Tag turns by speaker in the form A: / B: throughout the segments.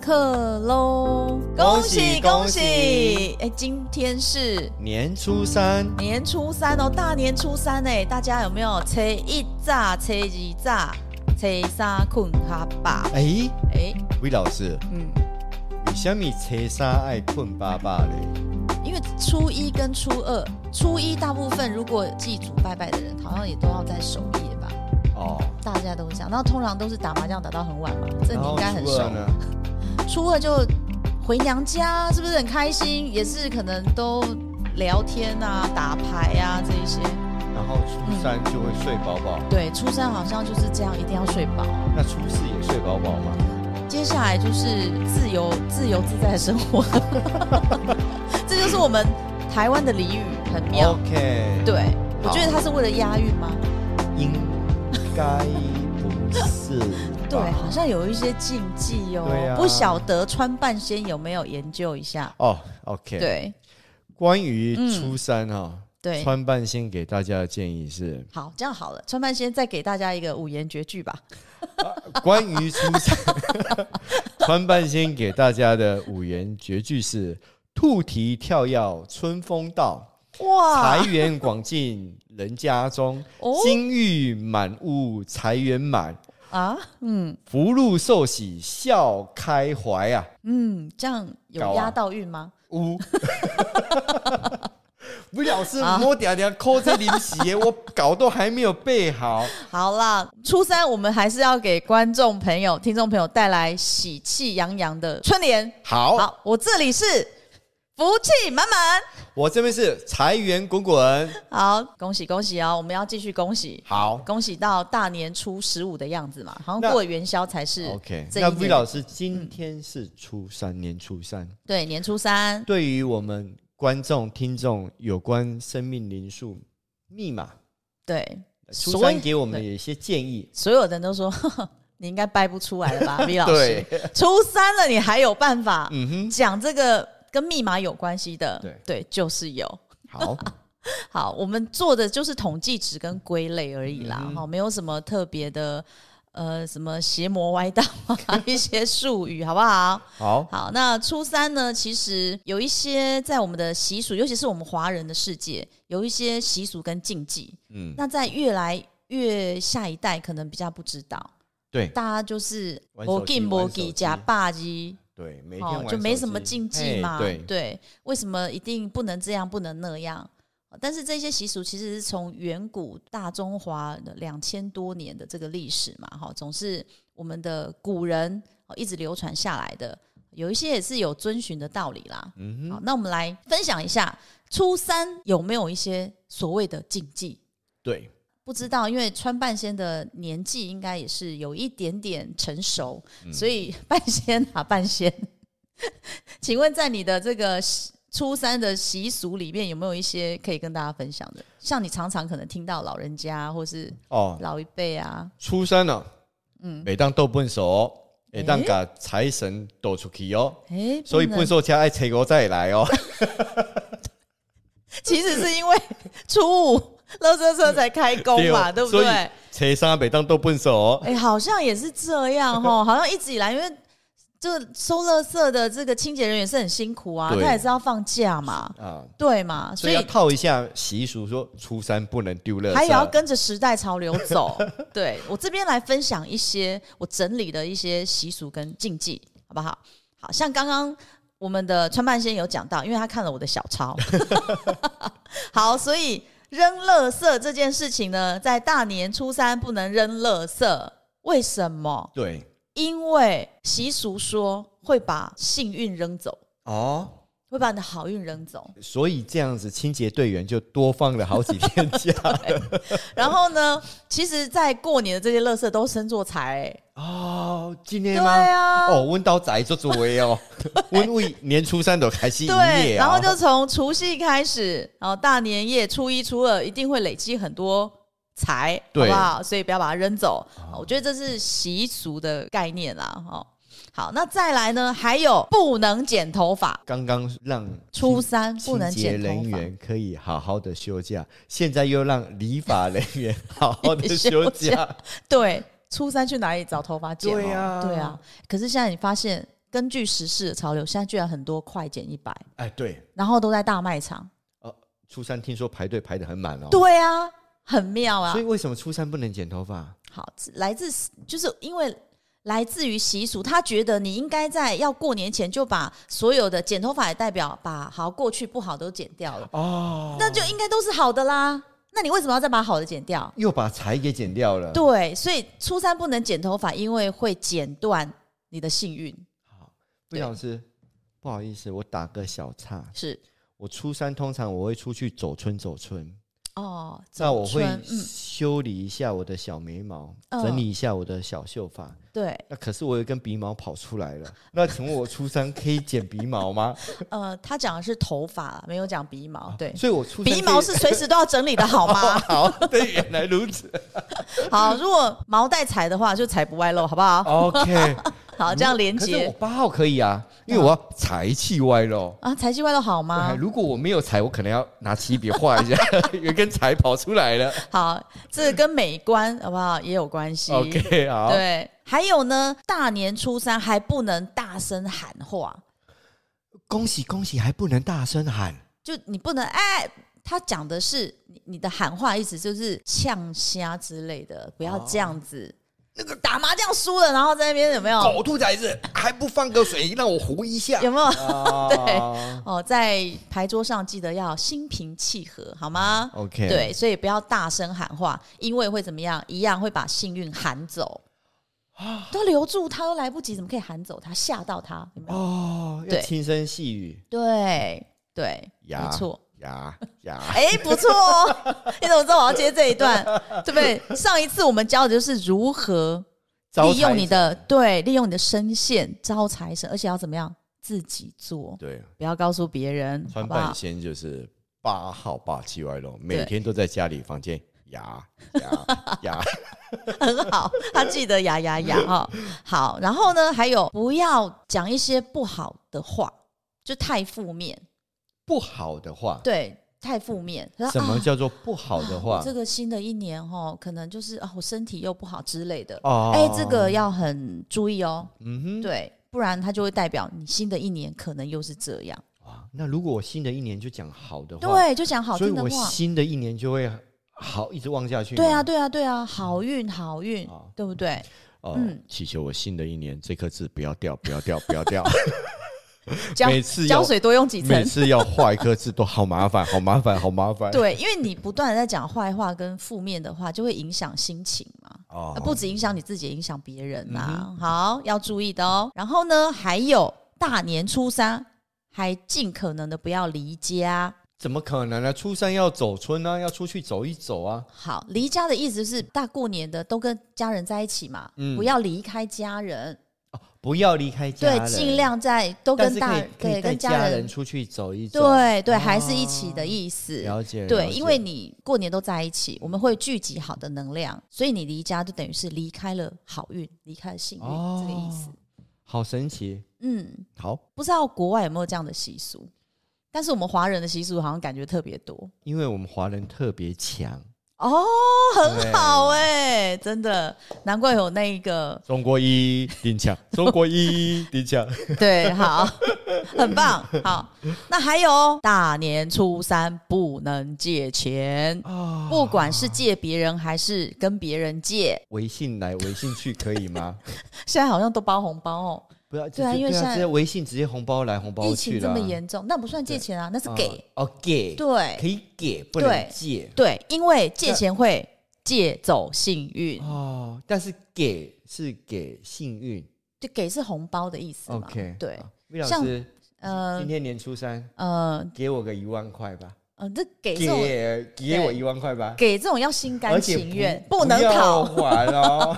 A: 课喽！
B: 恭喜恭喜！
A: 哎、今天是
B: 年初三，
A: 年初三哦，大年初三哎，大家有没有初一炸、初二炸、初三困哈巴？
B: 哎、
A: 哎、
B: 魏老师，
A: 嗯，
B: 为什么初三爱困爸爸嘞？
A: 因为初一跟初二，初一大部分如果祭祖拜拜的人，好像也都要在守夜吧，
B: 哦，
A: 大家都这样。那通常都是打麻将打到很晚嘛，这你应
B: 然后
A: 该很
B: 初
A: 熟
B: 二。呢？
A: 初二就回娘家，是不是很开心？也是可能都聊天啊、打牌啊这一些。
B: 然后初三就会睡饱饱，
A: 对，初三好像就是这样，一定要睡饱。
B: 那初四也睡饱饱吗？
A: 接下来就是自由、自由自在的生 活，这就是我们台湾的俚语，很妙。
B: OK，，
A: 对，我
B: 好
A: 觉得他是为了押韵吗？
B: 应该不是吧。
A: 对，好像有一些禁忌哦，
B: 对啊
A: 不晓得川半仙有没有研究一下？
B: 哦，OK，，
A: 对
B: 关于
A: 嗯
B: 初三哈、
A: 对，
B: 川半仙给大家的建议是，
A: 好，这样好了，川半仙再给大家一个五言绝句吧。
B: 关于初三， 川半仙给大家的五言绝句是：兔蹄跳跃春风到，
A: 哇
B: 财，源广进人家中，
A: 啊哦
B: 金玉满屋财源满，
A: 啊，嗯
B: 福禄寿喜笑开怀啊！
A: 嗯，这样有
B: 搞啊
A: 压到韵吗？
B: 呜， 吴老师
A: 啊，
B: 我点点抠这临 时，我稿都还没有背好。
A: 好啦，初三我们还是要给观众朋友、听众朋友带来喜气洋洋的春联。
B: 好，
A: 好，我这里是福气满满。
B: 我这边是财源滚滚。
A: 好，恭喜恭喜哦！我们要继续恭喜，
B: 好
A: 恭喜到大年初十五的样子嘛，好像
B: 那
A: 过了元宵才是
B: ，OK。
A: 这
B: 那
A: 一
B: V
A: 年
B: 老师今天是初三，年初三。
A: 对年初三，
B: 对于我们观众、听众有关生命灵数密码，
A: 对，
B: 初
A: 所
B: 三
A: 以
B: 给我们
A: 对
B: 有一些建议。
A: 所有人都说 呵呵你应该掰不出来了 吧，V 老师
B: 对，，
A: 初三了你还有办法？
B: 嗯哼，
A: 讲这个跟密码有关系的，
B: 对
A: 就是有。
B: 好，
A: 好，我们做的就是统计值跟归类而已啦，哈、
B: 嗯
A: 没有什么特别的，呃，什么邪魔歪道啊，一些术语，好不好？
B: 好，
A: 好，那初三呢，其实有一些在我们的习俗，尤其是我们华人的世界，有一些习俗跟禁忌，
B: 嗯，
A: 那在越来越下一代可能比较不知道，
B: 对
A: 大家就是
B: 玩手机玩手机
A: 假霸机。
B: 对，每天
A: 哦
B: 玩，
A: 就
B: 手
A: 没
B: 机
A: 什么禁忌
B: 嘿
A: 嘛。
B: 哎对，
A: 为什么一定不能这样，不能那样？但是这些习俗其实是从远古大中华两千多年的这个历史嘛，哈，总是我们的古人哦一直流传下来的，有一些也是有遵循的道理啦。
B: 嗯
A: 好
B: 哼，，
A: 那我们来分享一下初三有没有一些所谓的禁忌？
B: 对，
A: 不知道，因为川半仙的年纪应该也是有一点点成熟，
B: 嗯
A: 所以半仙啊半仙， 请问在你的这个习初三的习俗里面，有没有一些可以跟大家分享的？像你常常可能听到老人家或是
B: 哦，
A: 老一辈啊，
B: 初三呢，
A: 嗯
B: 嗯，每当斗笨手，哦每当
A: 诶
B: 把财神抖出去哦，
A: 哎、
B: 所以
A: 不
B: 笨
A: 能
B: 手家爱切我再来哦。
A: 其实是因为 初五垃圾车才开工嘛，对
B: 对
A: 不对？
B: 哦所以
A: 哎、
B: 初三每当斗笨手，
A: 好像也是这样哦，好像一直以来因为。就是收垃圾的这个清洁人员是很辛苦啊，
B: 对
A: 他也是要放假嘛。
B: 啊，
A: 对嘛？所
B: 所以
A: 以
B: 要套一下习俗，说初三不能丢垃圾，
A: 还有要跟着时代潮流走。 对我这边来分享一些我整理的一些习俗跟禁忌，好不好？好像刚刚我们的川半仙有讲到，因为他看了我的小 抄。 好，所以扔垃圾这件事情呢，在大年初三不能扔垃圾，为什么？
B: 对
A: 因为习俗说会把幸运扔走，
B: 哦，
A: 会把你的好运扔走。
B: 所以这样子清洁队员就多放了好几天假
A: 然后呢，其实，在过年的这些垃圾都生做财、欸
B: 哦，今天
A: 对
B: 吗？
A: 啊
B: 哦，温刀仔做作为 哦，温为年初三都开始营
A: 对，
B: 业啊，
A: 然后就从除夕开始，然后大年夜、初一、初二一定会累积很多财，好
B: 对
A: 不好？所以不要把它扔走。我觉得这是习俗的概念啦，哦。好，那再来呢？还有不能剪头发，
B: 刚刚让
A: 初三不
B: 清
A: 能
B: 洁
A: 剪头
B: 人
A: 发。
B: 员可以好好的休假，现在又让理发人员好好的休
A: 休假
B: 假，
A: 对，初三去哪里找头发剪、哦？
B: 对啊
A: 对啊。可是现在你发现根据时事的潮流，现在居然很多快减一百，
B: 哎，对，
A: 然后都在大卖场。
B: 初三听说排队排的很满哦。
A: 对啊，很妙啊
B: 所以。为什么初三不能剪头发？
A: 好，来自就是因为来自于习俗，他觉得你应该在要过年前就把所有的剪头发也代表把好过去不好都剪掉了，
B: 哦，
A: 那就应该都是好的啦。那你为什么要再把好的剪掉？
B: 又把柴给剪掉了。
A: 对，所以初三不能剪头发，因为会剪断你的幸运。
B: 魏老师，不好意思，我打个小岔。
A: 是
B: 我初三通常我会出去走村走村，
A: 哦，
B: 那我会
A: 春嗯，
B: 修理一下我的小眉毛，
A: 嗯
B: 整理一下我的小秀发。
A: 对，
B: 那可是我有一根鼻毛跑出来了，那请问我初三可以剪鼻毛吗？
A: 呃，他讲的是头发，没有讲鼻毛， 对。
B: 所以我哦初三
A: 鼻毛
B: 可以
A: 是随时都要整理的，好吗？
B: 好，对，原来 如此。
A: 好，如果毛带裁的话，就裁不外露，好不好？
B: OK，
A: 好，哦 这样连
B: 哦可是我
A: 接
B: 八号可以啊，因为我要财气外露。
A: 啊，裁去外露好
B: 对
A: 吗？
B: 如果我没有财，我可能要拿起笔画一下， 有一根财跑出来了。
A: 好，这个跟美观好不好也有关系。
B: OK，好，
A: 对，还有呢，大年初三还不能大声喊话，
B: 恭喜恭喜，还不能大声喊。
A: 就你不能哎。他讲的是你你的喊话，意思就是呛虾之类的，不要这样子。那个打麻将输了，然后在那边有没有
B: 哦狗兔崽子还不放个水让我糊一下？
A: 哦有没有
B: 啊
A: 对哦，在牌桌上记得要心平气和，好吗？
B: ，OK，
A: 对，所以不要大声喊话，因为会怎么样？一样会把幸运喊走。
B: 啊
A: 都留住他都来不及，怎么可以喊走他？吓到他，有没有？
B: 哦，要
A: 对
B: 轻声细语，
A: 对对，
B: 呀
A: 没错。
B: 呀呀，
A: 哎，不错哦！ 你怎么知道我要接这一段？对不对？上一次我们教的就是如何
B: 招
A: 利用
B: 财
A: 你
B: 神
A: 的对，利用你的声线招财神，而且要怎么样？自己做，
B: 对
A: 不要告诉别人，好
B: 川
A: 不
B: 半
A: 好？
B: 仙就是八号霸气外露，每
A: 对
B: 天都在家里房间呀 呀呀，
A: 很好，他记得呀呀 呀哦。好，然后呢，还有不要讲一些不好的话，就太负面，
B: 不好的话，
A: 对，太负面。他说
B: 什么
A: 啊
B: 叫做不好的
A: 啊
B: 话
A: 这？个新的一年哦，可能就是啊，我身体又不好之类的。
B: 哦
A: 哎、这个，要很注意哦，
B: 嗯哼，
A: 对，不然它就会代表你新的一年可能又是这样。
B: 哇，那如果我新的一年就讲好的话，，
A: 对，就讲好
B: 所以
A: 听的
B: 我
A: 话。
B: 新的一年就会好，一直望下去。
A: 对啊，，对啊，对啊，好运，好运，
B: 哦
A: 对不 对？
B: 哦
A: 嗯，
B: 祈求我新的一年这颗痣不要掉，不要掉，不要 掉。
A: 胶
B: 每次要
A: 胶水多用几层
B: 每，次要画一颗痣都好麻烦，好麻烦，好麻 烦。
A: 对，因为你不断的在讲坏话跟负面的话，就会影响心情嘛。呃
B: 哦嗯
A: 那不止影响你自己，也影响别人呐、好，要注意的哦。然后呢，还有大年初三，还尽可能的不要离家。
B: 怎么可能呢？初三要走村啊，要出去走一走啊。
A: 好，离家的意思是大过年的都跟家人在一起嘛，
B: 嗯
A: 不要离开家人，
B: 哦，不要离开家
A: 对
B: 人，，
A: 尽量在都
B: 但
A: 跟
B: 是
A: 大
B: 可以可
A: 对
B: 以带
A: 跟
B: 家
A: 人
B: 人，出去走一走。
A: 对对，
B: 哦
A: 还是一起的意思。
B: 了解，
A: 对，
B: 了解
A: 因为你过年都在一起，我们会聚集好的能量，所以你离家就等于是离开了好运，离开了幸运，
B: 哦
A: 这个意思。
B: 好神奇。
A: 嗯，
B: 好，
A: 不知道国外有没有这样的习俗，但是我们华人的习俗好像感觉特别多
B: 因为我们华人特别强，
A: 哦，
B: 对
A: 很好哎、真的，难怪有那一个
B: 中国一定强， 中国一定强。
A: 对，好，很棒，好。那还有哦大年初三不能借钱。
B: 啊
A: 不管是借别人还是跟别人借，
B: 微信来微信去可以吗？
A: 现在好像都包红包哦。
B: 不要，
A: 对啊
B: 直接
A: 因为
B: 对
A: 现
B: 啊，
A: 在
B: 直接微信直接红包来红包
A: 疫情
B: 去了
A: 这
B: 啊，
A: 么严重，那不算借钱啊，那是
B: 啊
A: 给。
B: 哦给，可
A: 对
B: 以给，不
A: 对
B: 能借
A: 对，因为借钱会借走幸运，
B: 哦，但是给是给幸运。
A: 就给是红包的意思嘛。
B: OK，
A: 对，
B: 魏老
A: 像
B: 师，
A: 呃
B: 今天年初三
A: 呃
B: 给我个一万块吧，
A: 呃，这给这种
B: 给给我一万块吧，
A: 给这种要心
B: 而
A: 甘
B: 且
A: 情愿，
B: 不
A: 能
B: 要
A: 讨，
B: 还哦。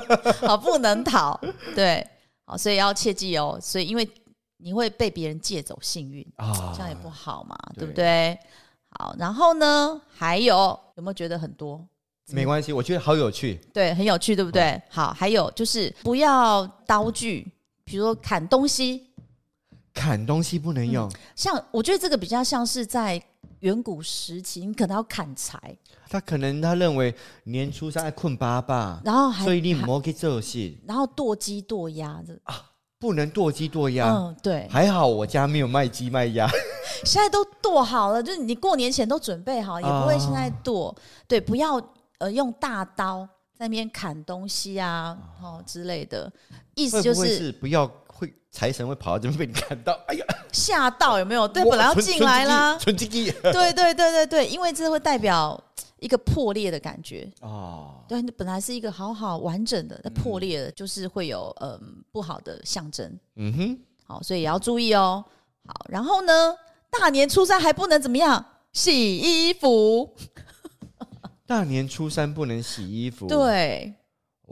A: 好不能讨，对，好，所以要切记哦。所以因为你会被别人借走幸运，
B: 啊
A: 这样也不好嘛，
B: 对
A: 对不对？好，然后呢，还有有没有觉得很多？
B: 没关系，我觉得好有趣。
A: 对，很有趣，对不对？好，还有就是不要刀具，比如说砍东西，
B: 砍东西不能用，
A: 嗯像我觉得这个比较像是在远古时期，你可能要砍柴，
B: 他可能他认为年初三爱困爸爸，
A: 然后还
B: 所以你莫去做事。
A: 然后剁鸡剁鸭这
B: 不能剁鸡剁鸭。
A: 嗯，对，
B: 还好我家没有卖鸡卖鸭，
A: 现在都剁好了，就是你过年前都准备好，也不
B: 啊
A: 会现在剁。对，不要呃用大刀在那边砍东西啊，哦之类的，意思
B: 会
A: 就
B: 不会是不要会财神会跑到这边被你看到？哎呀，
A: 吓到有没有？对，
B: 我
A: 本来要
B: 存
A: 进来啦，
B: 存鸡鸡
A: 对对对对对，因为这会代表一个破裂的感觉。
B: 哦，
A: 对，本来是一个好好完整的，那破裂了就是会有嗯、不好的象征，
B: 嗯哼，
A: 好，所以也要注意哦。好，然后呢，大年初三还不能怎么样，洗衣服。
B: 大年初三不能洗衣服，，
A: 对，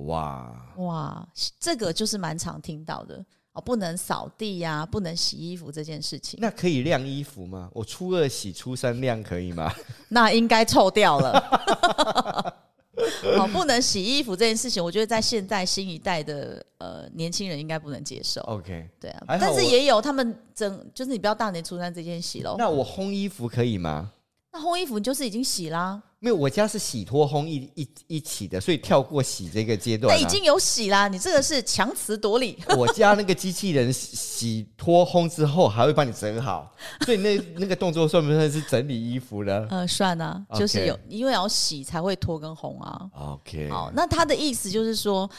B: 哇，
A: 哇，这个就是蛮常听到的哦，不能扫地呀、不能洗衣服这件事情，
B: 那可以晾衣服吗？我初二洗，初三晾可以 吗？
A: 那应该臭掉了。 哦，不能洗衣服这件事情，我觉得在现在新一代的呃年轻人应该不能接受。
B: OK，
A: 对啊，
B: 哦还好
A: 但是
B: 我
A: 也有他们整，就是你不要大年初三这件洗喽。
B: 那我烘衣服可以吗？
A: 那烘衣服你就是已经洗啦，
B: 没有，我家是洗脱烘一一一起的，所以跳过洗这个阶段、
A: 那
B: 啊。
A: 已经有洗啦，你这个是强词夺理。
B: 我家那个机器人洗洗脱烘之后，还会帮你整好，所以那那个动作算不算是整理衣服呢
A: 呃，算啊，就是
B: OK
A: 有因为要洗才会脱跟烘啊。
B: ？OK，
A: 好，那他的意思就是说，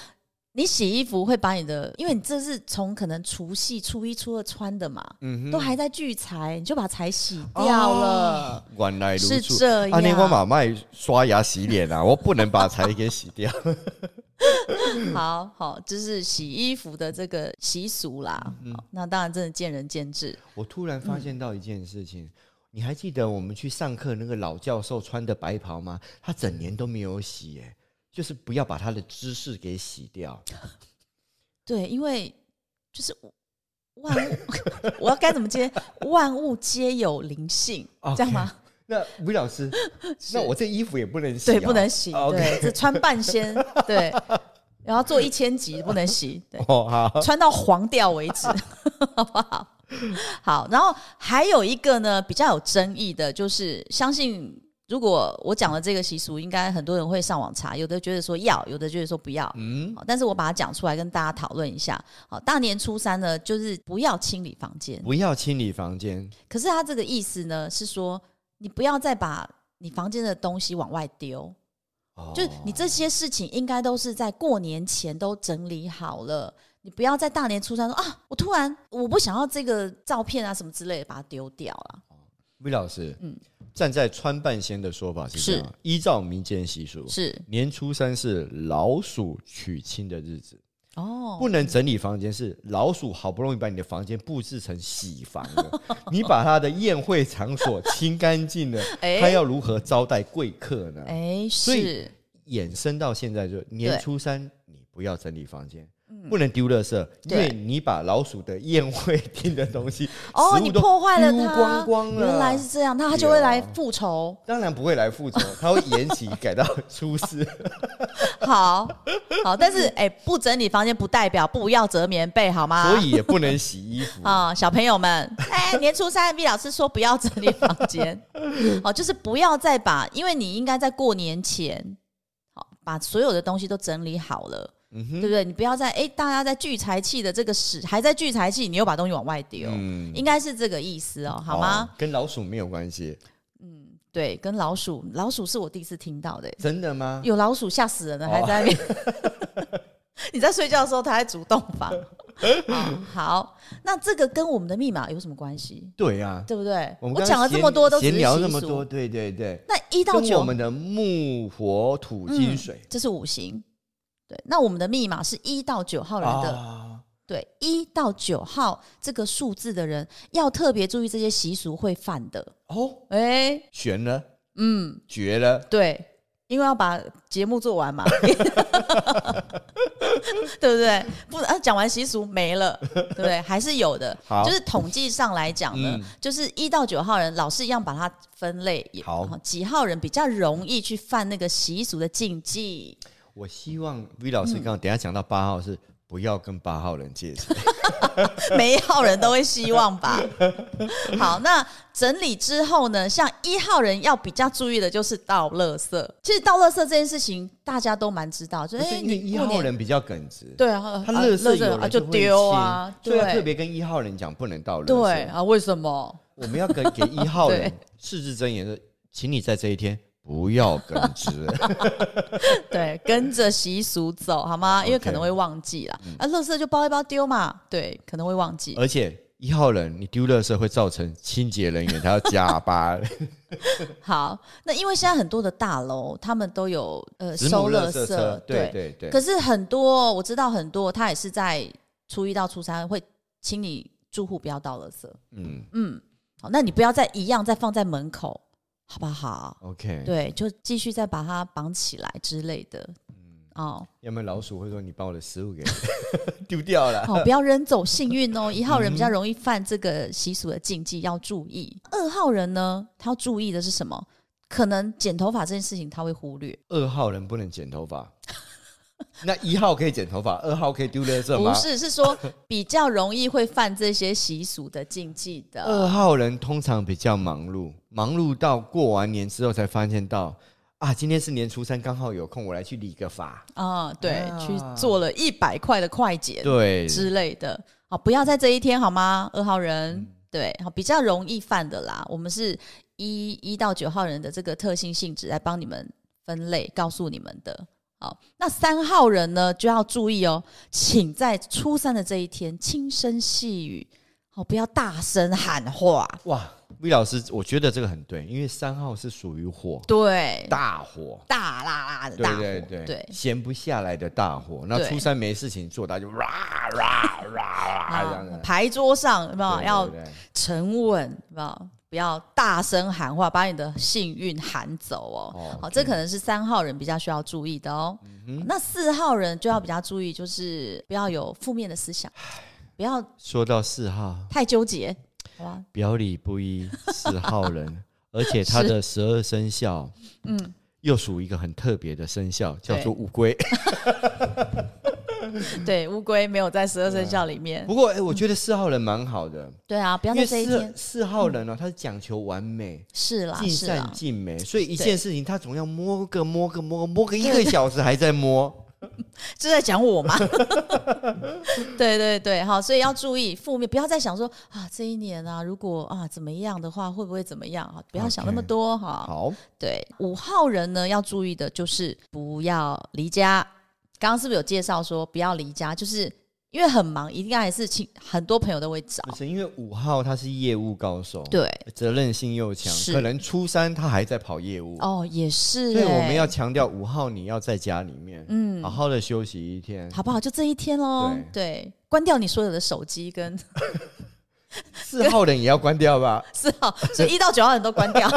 A: 你洗衣服会把你的，因为你这是从可能除夕、初一、初二穿的嘛，都还在聚财，你就把财洗掉了。
B: 嗯哦，原来如
A: 是
B: 此。
A: 这样，
B: 啊，你我妈妈刷牙洗脸啊，我不能把财给洗掉。
A: 嗯好好，就是洗衣服的这个习俗啦。
B: 嗯
A: 好那当然真的见仁见智。
B: 我突然发现到一件事情，你还记得我们去上课那个老教授穿的白袍吗？他整年都没有洗、耶，就是不要把他的知识给洗掉。
A: 对，因为就是万物， 我要该怎么接？万物皆有灵性
B: OK
A: 这样吗？
B: 那吴老师，
A: 是
B: 那我这衣服也不能洗、啊，
A: 对，不能洗，
B: OK
A: 对，只穿半仙，对，然后做一千集不能洗，对，
B: 哦，好，
A: 穿到黄掉为止， 好不好？好，然后还有一个呢，比较有争议的，就是相信如果我讲了这个习俗，应该很多人会上网查，有的觉得说要，有的觉得说不要。
B: 嗯，
A: 好但是我把它讲出来跟大家讨论一下。好，大年初三呢，就是不要清理房间。
B: 不要清理房间。
A: 可是他这个意思呢，是说你不要再把你房间的东西往外丢。
B: 哦
A: 就你这些事情应该都是在过年前都整理好了，你不要在大年初三说啊，我突然我不想要这个照片啊什么之类的，把它丢掉啊了。
B: 魏老师，
A: 嗯
B: 站在川半仙的说法是这样：依照民间习俗，
A: 是
B: 年初三是老鼠娶亲的日子，
A: 哦，
B: 不能整理房间。是老鼠好不容易把你的房间布置成喜房了， 你把它的宴会场所清干净了，它
A: 哎
B: 要如何招待贵客呢？
A: 哎
B: 所以
A: 是
B: 衍生到现在，就是年
A: 对嗯
B: 初三你不要整理房间。不能丢垃圾，因为
A: 对
B: 你把老鼠的宴会 厅的东西，
A: 哦，
B: 食物
A: 你
B: 都
A: 破坏了
B: 丢
A: 它，
B: 光光了。
A: 原来是这样，那他就会
B: 对啊
A: 来复仇。
B: 当然不会 来复仇，他会延期改到初四。
A: 好好，但是哎，不整理房间不代表不要折棉被，好吗？
B: 所以也不能洗衣服。
A: 啊、小朋友 们，哎，年初三毕老师说不要整理房间， 哦，就是不要再把，因为你应该在过年前，好、把所有的东西都整理好了，
B: 嗯
A: 对不对？你不要再哎，大家在聚财气的这个时还在聚财气，你又把东西往外丢，
B: 嗯
A: 应该是这个意思哦，好吗？
B: 哦跟老鼠没有关系，
A: 对，跟老鼠，老鼠是我第一次听到的，
B: 真的吗？
A: 有老鼠吓死人了，
B: 哦
A: 还在那边。 你在睡觉的时候，它在主动 房、哦。好，那这个跟我们的密码有什么关系？
B: 对啊，
A: 对不对？
B: 我们
A: 我
B: 刚刚
A: 讲了这么多都只
B: 闲
A: 是
B: 聊
A: 习
B: 那么
A: 俗
B: 多，对对对，
A: 那一到
B: 跟我
A: 九
B: 们的木火土金水
A: 这是五行，对。那我们的密码是一到九嗯号人的，
B: 啊，
A: 对，一到九号这个数字的人要特别注意这些习俗会犯的。
B: 哦，
A: 哎、
B: 悬了，
A: 嗯，
B: 绝了，
A: 对，因为要把节目做完嘛， 对不对？不啊，讲完习俗没了，对不对？还是有的，
B: 好嗯
A: 就是统计上来讲呢，就是一到九号人，老师一样把它分类，也
B: 好
A: 然后几号人比较容易去犯那个习俗的禁忌。
B: 我希望 V 老师刚刚等一下讲到八号是不要跟八号人借钱。
A: 嗯每一号人都会希望吧。 好，那整理之后呢，像一号人要比较注意的就是倒垃圾。其实倒垃圾这件事情大家都蛮知道，就
B: 不
A: 是
B: 是
A: 哎，
B: 因为
A: 你
B: 一
A: 过
B: 号
A: 年
B: 人比较耿直，
A: 对啊，
B: 他
A: 啊
B: 乐色有
A: 圾啊
B: 人
A: 就
B: 会
A: 丢啊，
B: 清所以他特
A: 对
B: 别跟一号人讲不能倒垃圾。
A: 对，啊，为什么？
B: 我们要给给一号 人
A: 对
B: 四字真言说，请你在这一天不要耿直。
A: 对，跟着习俗走好吗？因为
B: 哦 OK 嗯
A: 可能会忘记啦。啊，垃圾就包一包丢嘛，对，可能会忘记。
B: 而且一号人你丢垃圾会造成清洁人员他要加 班，
A: 好，那因为现在很多的大楼他们都有呃
B: 子母
A: 收
B: 垃
A: 垃
B: 圾
A: 圾
B: 车，，对
A: 对。
B: 对对，
A: 可是很多我知道很多，他也是在初一到初三会请你住户不要倒垃圾。
B: 嗯
A: 嗯，好，那你不要再一样再放在门口，好不好？
B: ，OK，
A: 对，就继续再把它绑起来之类的。
B: 嗯
A: 哦，
B: 要不然老鼠会说你把我的食物给 丢掉了。
A: 哦，不要扔走幸运 哦。一号人比较容易犯这个习俗的禁忌，要注意。二号人呢，他要注意的是什么？可能剪头发这件事情他会忽略，
B: 二号人不能剪头发， 那一号可以剪头发，二号可以丢垃圾
A: 不
B: 吗？
A: 是，是说比较容易会犯这些习俗的禁忌 的。
B: 二号人通常比较忙碌，忙碌到过完年之后才发现到啊，今天是年初三，刚好有空，我来去理个发。
A: 啊、对，
B: 啊
A: 去做了一百块的快检
B: 对，
A: 之类的，好，不要在这一天好吗？二号人，
B: 嗯
A: 对，好，比较容易犯的啦。我们是一一到九号人的这个特性性质来帮你们分类，告诉你们的。好，那三号人呢就要注意哦，请在初三的这一天轻声细语，好，不要大声喊话。
B: 哇，V 老师，我觉得这个很对，因为三号是属于火，
A: 对，
B: 大火。
A: 大啦啦的
B: 对
A: 大火，
B: 对对，闲不下来的大火。那
A: 对哦
B: 初三没事情做，他就啦啦啦啦这样
A: 啊
B: 子，。
A: 牌桌上有没有
B: 对
A: 要
B: 对对
A: 沉稳，有没有？不要大声喊话，把你的幸运喊走哦。
B: 哦嗯
A: 好，这可能是三号人比较需要注意的哦。那四号人就要比较注意，就是不要有负面的思想，不要
B: 说到四号，
A: 太纠结，好吧？
B: 表里不一，四号 人，而且他
A: 是
B: 的十二生肖，嗯，又属一个很特别的生肖，叫做乌龟。 嗯
A: 对，乌龟没有在十二生肖里面。
B: 不过，哎、我觉得四号人蛮好的，
A: 对啊，不要
B: 因
A: 在这
B: 为
A: 一
B: 四
A: 天。
B: 四号人哦呢、他是讲求完美。
A: 是啦，
B: 尽
A: 是
B: 善
A: 啦，
B: 尽美，所以一
A: 对
B: 件事情他总要摸个摸个摸个摸个 一个小时还在摸，
A: 这是在讲我 吗？ 对对对，好，所以要注意负面，不要再想说啊，这一年啊，如果啊怎么样的话，会不会怎么样啊？不要想那么
B: OK
A: 多哈。
B: 好，
A: 对，五号人呢要注意的就是不要离家。刚刚是不是有介绍说不要离家？就是因为很忙，一定还是请很多朋友都会找。
B: 不是因为五号他是业务高手，
A: 对，
B: 责任心又强，
A: 是
B: 可能初三他还在跑业务，
A: 哦，也是、欸。
B: 所以我们要强调五号你要在家里面，
A: 嗯
B: 好，好的休息一天，
A: 好不好？就这一天喽。对，关掉你所有的手机 跟
B: 四号人也要关掉 吧？
A: 四号，啊所以一到九号人都 关掉。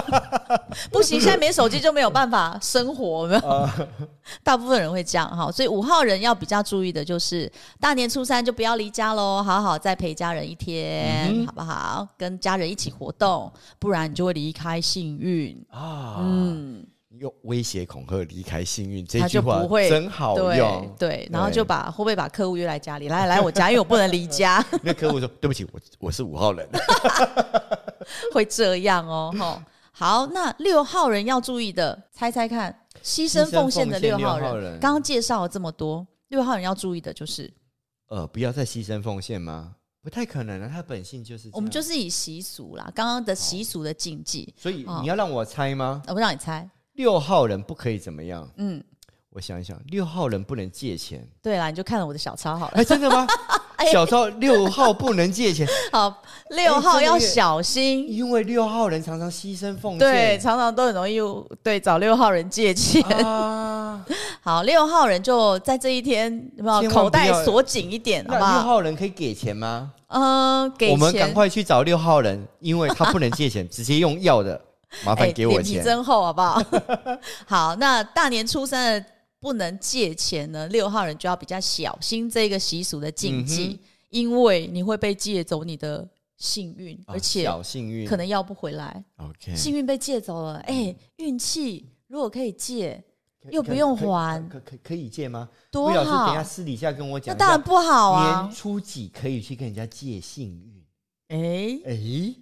A: 不行，现在没手机就没有办法生活，有没有？
B: 啊
A: 大部分人会这样哈，所以五号人要比较注意的就是大年初三就不要离家喽，好好再陪家人一天，
B: 嗯
A: 好不好？跟家人一起活动，不然你就会离开幸运。
B: 啊，
A: 嗯，
B: 用威胁恐吓离开幸运这
A: 他
B: 句
A: 就
B: 话
A: 不会
B: 真好
A: 对
B: 用。
A: 对，然后就把会不会把客户约来家里？来来我家，因为我不能离家，
B: 那客户说：“ 对不起，我我是五号人。
A: 会这样哦。吼，好，那六号人要注意的，猜猜看，牺牲
B: 牺牲
A: 奉献的
B: 奉献
A: 六号
B: 六号
A: 人，
B: 人
A: 刚刚介绍了这么多，六号人要注意的就是，”
B: 呃，不要再牺牲奉献吗？不太可能啊，他本性就是这样
A: 我们就是以习俗啦，刚刚的习俗的禁忌。
B: 所以
A: 哦
B: 你要让我猜吗？
A: 我让你猜，
B: 六号人不可以怎么样？
A: 嗯，
B: 我想一想，六号人不能借钱。
A: 对啦，你就看了我的小抄好了。
B: 哎，真的吗？
A: 哎
B: 小时候六号不能借钱，
A: 好，六号要
B: 真的耶
A: 小心，
B: 因为六号人常常牺牲奉
A: 对，
B: 献。
A: 常常都很容易对找六号人借钱。
B: 啊，
A: 好，六号人就在这一天，有没有
B: 千万不要
A: 口袋锁紧一点，
B: 那
A: 好不好？
B: 六号人可以给钱吗？
A: 嗯，给钱，
B: 我们赶快去找六号人，因为他不能 借钱，直接用要的，麻
A: 哎，
B: 烦给我
A: 脸皮
B: 钱。啊
A: 真厚，好不 好？ 好，那大年初三的不能借钱呢，六号人就要比较小心这个习俗的禁忌，
B: 嗯
A: 因为你会被借走你的幸运，
B: 啊
A: 而且
B: 小幸运嗯
A: 可能要不回来。
B: OK，
A: 哎幸运被借走了，哎、运气如果可以借，
B: 可
A: 又
B: 可
A: 不用
B: 可以
A: 还
B: 可可可以借吗？
A: 多
B: 魏老师，等一下
A: 好。
B: 私底下跟我
A: 那
B: 讲一下，
A: 当然不好
B: 年
A: 啊！
B: 初几可以去跟人家借幸运？
A: 哎、
B: 哎，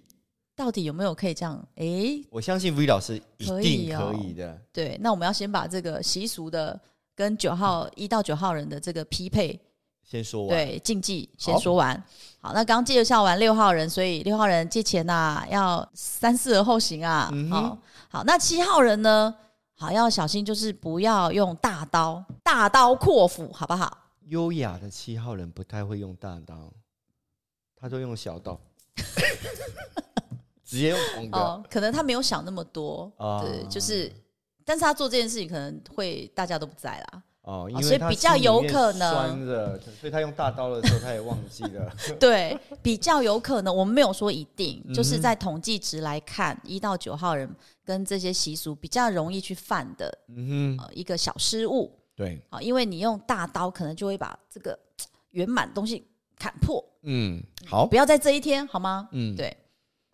A: 到底有没有可以这样？哎、
B: 我相信 V 老师一
A: 可以
B: 定
A: 哦
B: 可以的。
A: 对，那我们要先把这个习俗的跟九号一到九号人的这个匹配，
B: 先说完，
A: 对禁忌先
B: 啊好
A: 说完。好，那刚介绍完六号人，所以六号人借钱呐、要三思而后行啊。
B: 嗯哼
A: 好，好，那七号人呢，好要小心，就是不要用大刀，大刀阔斧，好不好？
B: 优雅的七号人不太会用大刀，他都用小 刀，直接用捅的。
A: 哦，可能他没有想那么多，
B: 哦
A: 对，就是，但是他做这件事情可能会大家都不在啦。
B: 哦，
A: 哦
B: 因
A: 所以
B: 为他
A: 比较
B: 心里
A: 有
B: 面
A: 可能
B: 酸着，所以他用大刀的时候他也忘记 了。
A: 对，比较有可能，我们没有说一定，就是
B: 嗯哼
A: 在统计值来看，一到九号人跟这些习俗比较容易去犯的
B: 嗯哼，
A: 呃一个小失误
B: 对，
A: 啊，因为你用大刀可能就会把这个嘖圆满东西砍破，
B: 嗯，好，
A: 不要在这一天好吗？
B: 嗯，
A: 对，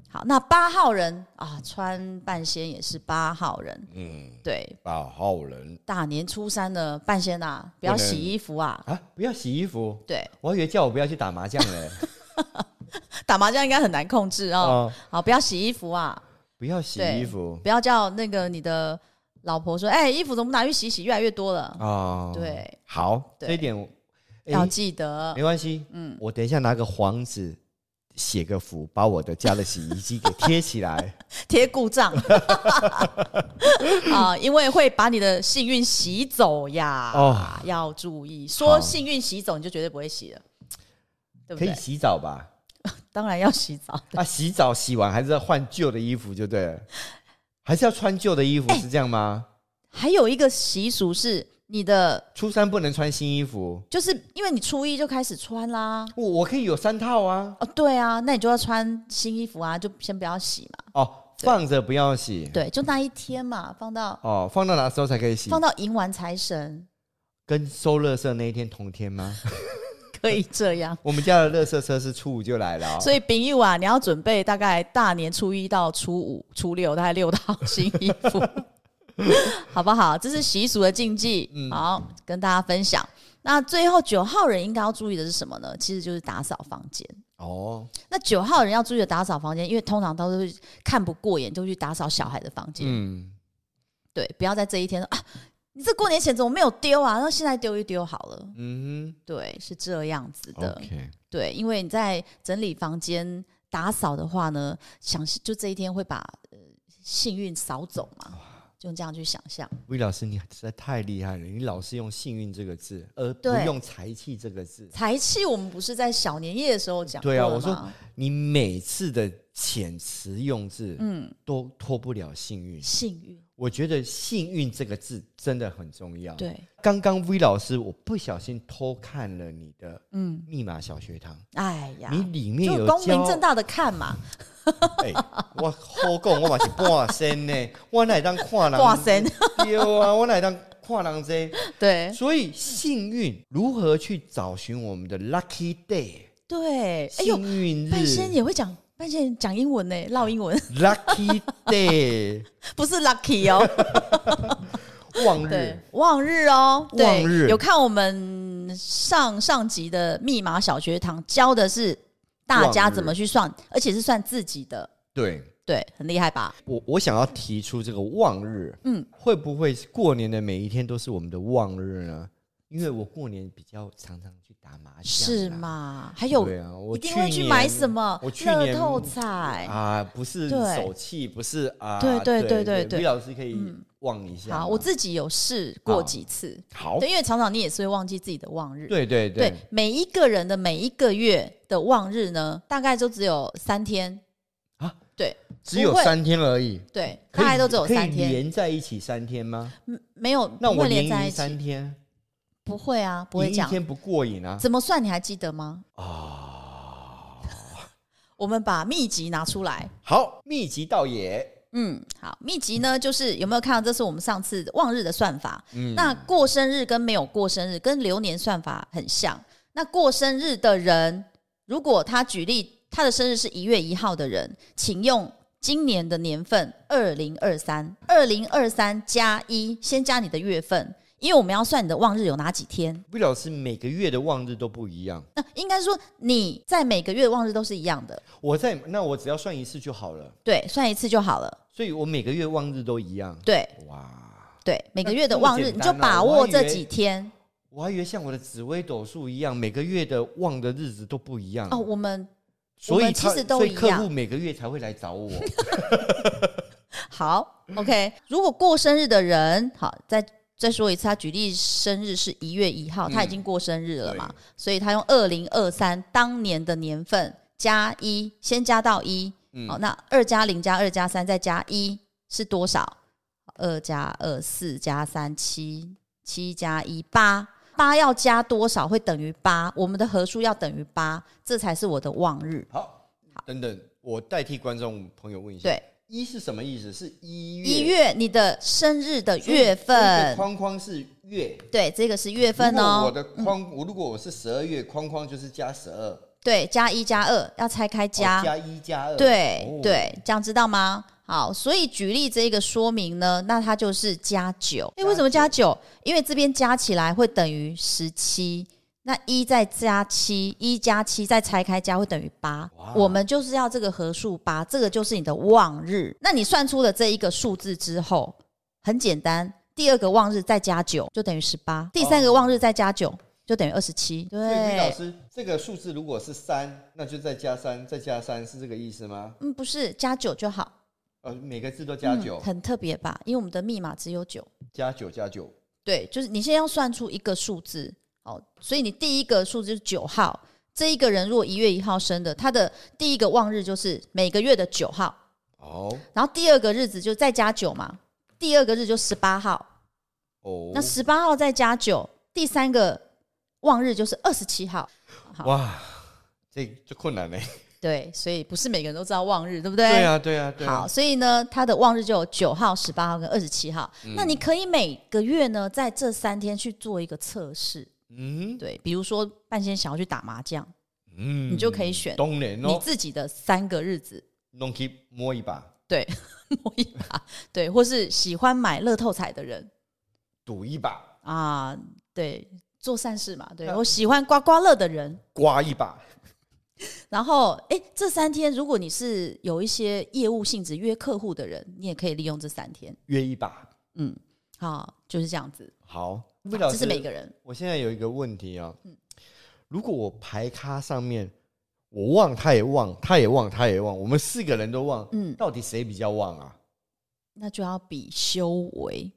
A: 好，那八号人啊，穿半仙也是八号人，
B: 嗯，
A: 对，
B: 八号人
A: 大年初三的半仙啊，不要
B: 不能
A: 洗衣服啊，
B: 啊，不要洗衣服，
A: 对，
B: 我还以为叫我不要去打麻将 嘞。
A: 打麻将应该很难控制啊、
B: 哦，
A: 好，不要洗衣服啊，
B: 不要洗
A: 对
B: 衣服
A: 不要叫那个你的老婆说：“哎、衣服怎么拿去洗洗？越来越多了。
B: 哦，，
A: 对，
B: 好，
A: 对
B: 这一点我，
A: 要
B: 哎
A: 记得
B: 没关系，嗯，我等一下拿个黄纸写个符，把我的家的洗衣机给贴起来。
A: 贴故障 啊，因为会把你的幸运洗走呀。
B: 哦
A: 要注意，说
B: 好
A: 幸运洗走，你就绝对不会洗了， 对不
B: 可以
A: 对？
B: 洗澡吧？
A: 当然要洗澡。
B: 啊，洗澡洗完还是要换旧的衣服就对了，还是要穿旧的衣服是这样吗？
A: 哎还有一个习俗是，你的
B: 初三不能穿新衣服，
A: 就是因为你初一就开始穿啦。
B: 我我可以有三套啊。
A: 哦，对啊，那你就要穿新衣服啊，就先不要洗嘛。
B: 哦，放着不要洗。
A: 对，就那一天嘛，放到
B: 哦，放到哪时候才可以洗
A: 放？到迎完财神，
B: 跟收垃圾那一天同天吗？
A: 可以这样。
B: 我们家的垃圾车是初五就来了、哦，
A: 所以丙友啊，你要准备大概大年初一到初五、初六，大概六套新衣 服，好不好？这是习俗的禁忌，
B: 嗯
A: 好跟大家分享。那最后九号人应该要注意的是什么呢？其实就是打扫房间。
B: 哦，
A: 那九号人要注意的打扫房间，因为通常都是看不过眼就去打扫小孩的房间，
B: 嗯，
A: 对，不要在这一天说啊，你这过年前怎么没有丢啊？那现在丢一丢好了，
B: 嗯
A: 对，是这样子
B: 哼
A: 的。
B: ，OK，
A: 对，因为你在整理房间、打扫的话呢，想就这一天会把呃幸运扫走嘛，就这样去想象。
B: 魏老师，你实在太厉害了！你老是用“幸运”这个字，而不
A: 对
B: 用“财气”这个字。
A: 财气，我们不是在小年夜的时候讲
B: 对啊
A: 过了
B: 我说
A: 吗
B: 你每次的遣词用字，
A: 嗯，
B: 都脱不了幸运。
A: 幸运，
B: 我觉得“幸运”这个字真的很重要。，
A: 对，
B: 刚刚 V 老师，我不小心偷看了你的
A: 嗯，
B: 密码小学堂，
A: 哎呀，
B: 你里面
A: 就
B: 有
A: 光明
B: 教
A: 正大的看 嘛，
B: 哎、我好讲，我嘛是半身呢，我哪会当看人？
A: 挂身，
B: 对啊，我哪会当看人这
A: 对
B: 所以幸运如何去找寻我们的 lucky day
A: 对，哎呦
B: 幸，运
A: 半仙
B: 日
A: 也会讲。半仙讲英文呢、唠英文
B: lucky day
A: 不是 lucky 哦，
B: 望
A: 对
B: 日，
A: 望日哦，对
B: 望日
A: 有看我们上上集的密码小学堂教的是大家怎么去算，而且是算自己的，
B: 对。
A: 对，很厉害吧？
B: 我我想要提出这个望日，
A: 嗯
B: 嗯，会不会过年的每一天都是我们的望日呢？因为我过年比较常常去打麻将，
A: 是？吗？还有
B: 对啊，我
A: 一定会去
B: 年
A: 买什么
B: 我去
A: 乐
B: 年
A: 透彩。
B: 啊，不是
A: 对
B: 手气，不是啊，
A: 对对对对
B: 对
A: 对嗯
B: 李老师可以望一下吗。
A: 好，我自己有试过几次，
B: 好，
A: 对，因为常常你也是会忘记自己的望日。
B: 对对
A: 对，每一个人的每一个月的望日呢，大概都只有三天
B: 啊。
A: 对
B: 只有
A: 不会
B: 三天而已，
A: 对，
B: 可
A: 大概
B: 以
A: 都只有
B: 可以
A: 三天，
B: 连在一起三天吗？
A: 嗯没有
B: 那
A: 不
B: 我
A: 会
B: 连
A: 连在
B: 赢
A: 一起。
B: 三天，
A: 不会啊，不
B: 你
A: 会
B: 一
A: 讲。
B: 天不过瘾啊！
A: 怎么算？你还记得吗？啊、我们把秘籍拿出来。
B: 好，秘籍倒也，
A: 嗯，好，秘籍呢，就是有没有看到？这是我们上次望日的算法。
B: 嗯
A: 那过生日跟没有过生日跟流年算法很像。那过生日的人，如果他举例他的生日是一月一号的人，请用今年的年份二零二三，二零二三加一，先加你的月份，因为我们要算你的望日有哪几天。
B: 魏老师每个月的望日都不一样，
A: 那、应该说你在每个月的望日都是一样的，
B: 我在那我只要算一次就好了，
A: 对，算一次就好了。
B: 所以我每个月望日都一样。
A: 对
B: 哇，
A: 对，每个
B: 那
A: 月的
B: 这么
A: 望日
B: 简
A: 你就
B: 单啊
A: 把
B: 我还
A: 握
B: 以
A: 这
B: 为
A: 几天
B: 我还以为像我的紫微斗数一样，每个月的望的日子都不一样
A: 哦。我们
B: 所
A: 我
B: 以
A: 们
B: 他
A: 其实都
B: 所以
A: 一
B: 客
A: 样
B: 户每个月才会来找我。
A: 好，OK。如
B: 嗯
A: 果过生日的人，好，再再说一次，他举例生日是一月一号，他已
B: 嗯
A: 经过生日了嘛，
B: 对
A: 所以他用二零二三当年的年份加一，先加到一、
B: 嗯
A: 好，那二加零加二加三再加一是多少？二加二四加三七，七加一八。八要加多少会等于八？我们的合数要等于八，这才是我的望日。
B: 好，等等，我代替观众朋友问一下，
A: 对，
B: 一是什么意思？是一月
A: 一月你的生日的
B: 所以
A: 月
B: 这
A: 份
B: 个，框框是月
A: 对，这个是月份
B: 如果我
A: 哦。
B: 的框，我如果我是十二月，框框就是加十二、哦
A: 对，加一加二要拆开加，
B: 加一加二，
A: 对、
B: 哦
A: 对，这样知道吗？好，所以举例这个说明呢，那它就是加九。哎，为什么加九？因为这边加起来会等于十七，那一再加七，一加七再拆开加会等于八
B: 哇。
A: 我们就是要这个合数八，这个就是你的望日。那你算出了这一个数字之后，很简单，第二个望日再加九就等于十八，第三个望日再加九就等于二十七。
B: 哦所以李老
A: 对，
B: 师，这个数字如果是三，那就再加三，再加三，是这个意思吗？
A: 嗯，不是加九就好。
B: 呃，每个字都加九、
A: 嗯，很特别吧？因为我们的密码只有九，
B: 加九，加九。
A: 对，就是你先要算出一个数字哦，所以你第一个数字就是九号。这一个人如果一月一号生的，他的第一个望日就是每个月的九号，
B: 哦
A: 然后第二个日子就再加九嘛，第二个日就十八号，
B: 哦
A: 那十八号再加九，第三个望日就是二十七号。好，
B: 哇，这就困难嘞。
A: 对，所以不是每个人都知道望日，对不对？
B: 对啊，对啊，对啊
A: 好，。所以呢，他的望日就有九号、十八号跟二十七号。
B: 嗯
A: 那你可以每个月呢，在这三天去做一个测试，
B: 嗯
A: 对，比如说半仙想要去打麻将，
B: 嗯
A: 你就可以选
B: 当然
A: 你
B: 哦，
A: 自己的三个日子，
B: 弄去摸一把，
A: 对，摸一把， 对，或是喜欢买乐透彩的人
B: 赌一把，
A: 啊，对，做善事嘛，对
B: 那
A: 我喜欢刮刮乐的人，
B: 刮一把。
A: 然后，哎，这三天如果你是有一些业务性质约客户的人，你也可以利用这三天，
B: 约一把。
A: 嗯，好，就是这样子，
B: 好，魏老
A: 这
B: 师，
A: 是每个人，
B: 我现在有一个问题啊、
A: 嗯
B: 如果我排咖上面我忘，他也忘，他也忘，他也忘，我们四个人都忘，
A: 嗯，
B: 到底谁比较忘啊？
A: 那就要比修为。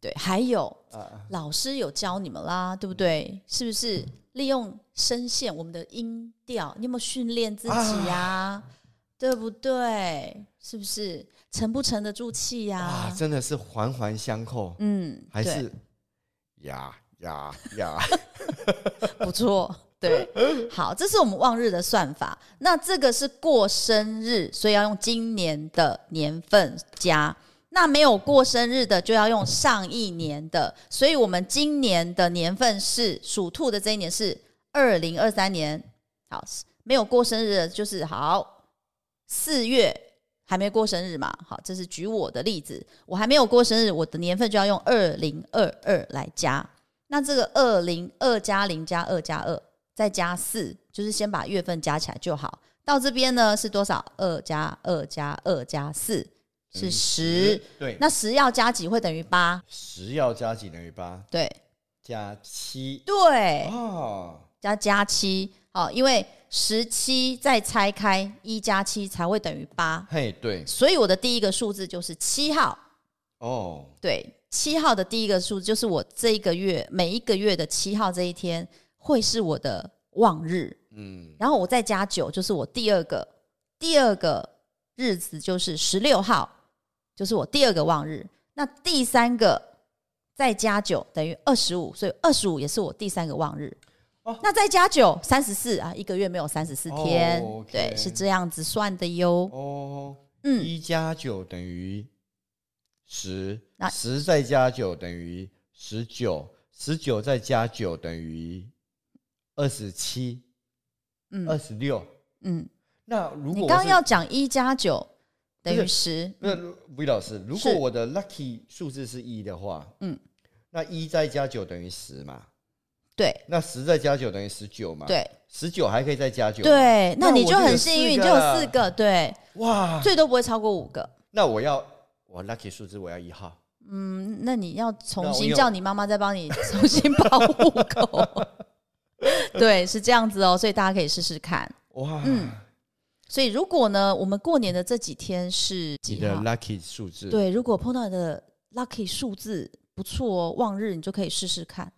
A: 对，还有
B: 啊，
A: 老师有教你们啦，对不对？是不是利用声线，我们的音调，你有没有训练自己呀、
B: 啊
A: 对不对？是不是沉不沉得住气呀、
B: 哇，啊真的是环环相扣，
A: 啊嗯，
B: 还
A: 对
B: 是呀呀呀？
A: 不错。对，好，这是我们望日的算法。那这个是过生日，所以要用今年的年份加。那没有过生日的就要用上一年的，所以我们今年的年份是属兔的这一年是二零二三年。好，没有过生日的就是好四月还没过生日嘛。好，这是举我的例子，我还没有过生日，我的年份就要用二零二二来加。那这个二零二加零加二加二再加四，就是先把月份加起来就好。到这边呢是多少？二加二加二加四 是十。，
B: 嗯对，
A: 那十要加几会等于八？
B: 十要加几等于八？
A: 对
B: 加七
A: 对，
B: 哦，
A: 加加七。好，因为十七再拆开一加七才会等于八，
B: 嘿，对，
A: 所以我的第一个数字就是七号。
B: 哦，
A: 对，七号的第一个数字就是我这一个月每一个月的七号这一天会是我的望日。
B: 嗯，
A: 然后我再加九，就是我第二个第二个日子就是十六号，就是我第二个望日。那第三个再加九等于二十五，所以二十五也是我第三个望日。
B: 哦
A: 那再加九，三十四啊，一个月没有三十四天，
B: 哦，OK
A: 对，是这样子算的哟。
B: 哦，
A: 嗯，
B: 一加九等于十
A: 那，
B: 十再加九等于十九，十九再加九等于二十七，
A: 嗯
B: 二十六。
A: 嗯，
B: 那如
A: 你
B: 果
A: 刚刚
B: 我是
A: 要讲一加九，等于十，
B: 那魏老师，如果
A: 嗯是
B: 我的 lucky 数字是一的话，
A: 嗯，
B: 那一再加九等于十嘛，
A: 对
B: 那十再加九等于十九嘛，，
A: 对
B: 十九还可以再加九，，
A: 对，
B: 那
A: 那你就
B: 我就有
A: 很
B: 四
A: 幸运，你
B: 个
A: 就有
B: 了
A: 四个，对，
B: 哇，
A: 最多不会超过五个。
B: 那我要我 lucky 数字我要一号，
A: 嗯，那你要重
B: 那我
A: 新
B: 有
A: 叫你妈妈再帮你重新报户口。 对，是这样子哦，所以大家可以试试看。
B: 哇，
A: 嗯所以如果呢，我们过年的这几天是
B: 你
A: 几
B: 的
A: 号？
B: lucky 数字，，
A: 对，如果碰到你的 lucky 数字不错哦，望日你就可以试试看。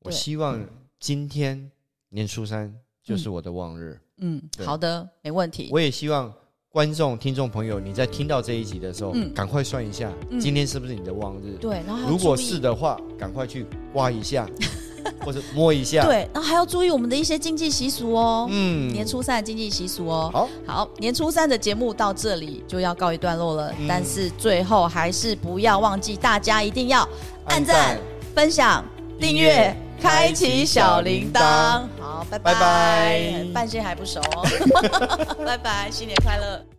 B: 我
A: 对
B: 希望今天年初三就是我的望日，
A: 嗯，
B: 对
A: 好的，没问题。
B: 我也希望。观众、听众朋友，你在听到这一集的时候，
A: 嗯
B: 赶快算一下，
A: 嗯
B: 今天是不是你的望日？
A: 对，然后还要
B: 如果
A: 注意
B: 是，的话，赶快去刮 一下，或者摸一下。，
A: 对，然后还要注意我们的一些经济习俗哦。
B: 嗯
A: 年初三的经济习俗哦。
B: 好，
A: 好，年初三的节目到这里就要告一段落了，
B: 嗯
A: 但是最后还是不要忘记，大家一定要按
B: 按
A: 赞
B: 赞、
A: 分享、订
B: 订
A: 阅
B: 阅、
A: 开
B: 开
A: 启
B: 启
A: 小
B: 小
A: 铃
B: 铃
A: 铛
B: 铛。
A: 好，拜
B: 拜
A: 拜
B: 拜
A: 半仙还不熟哦，拜拜，新年快乐。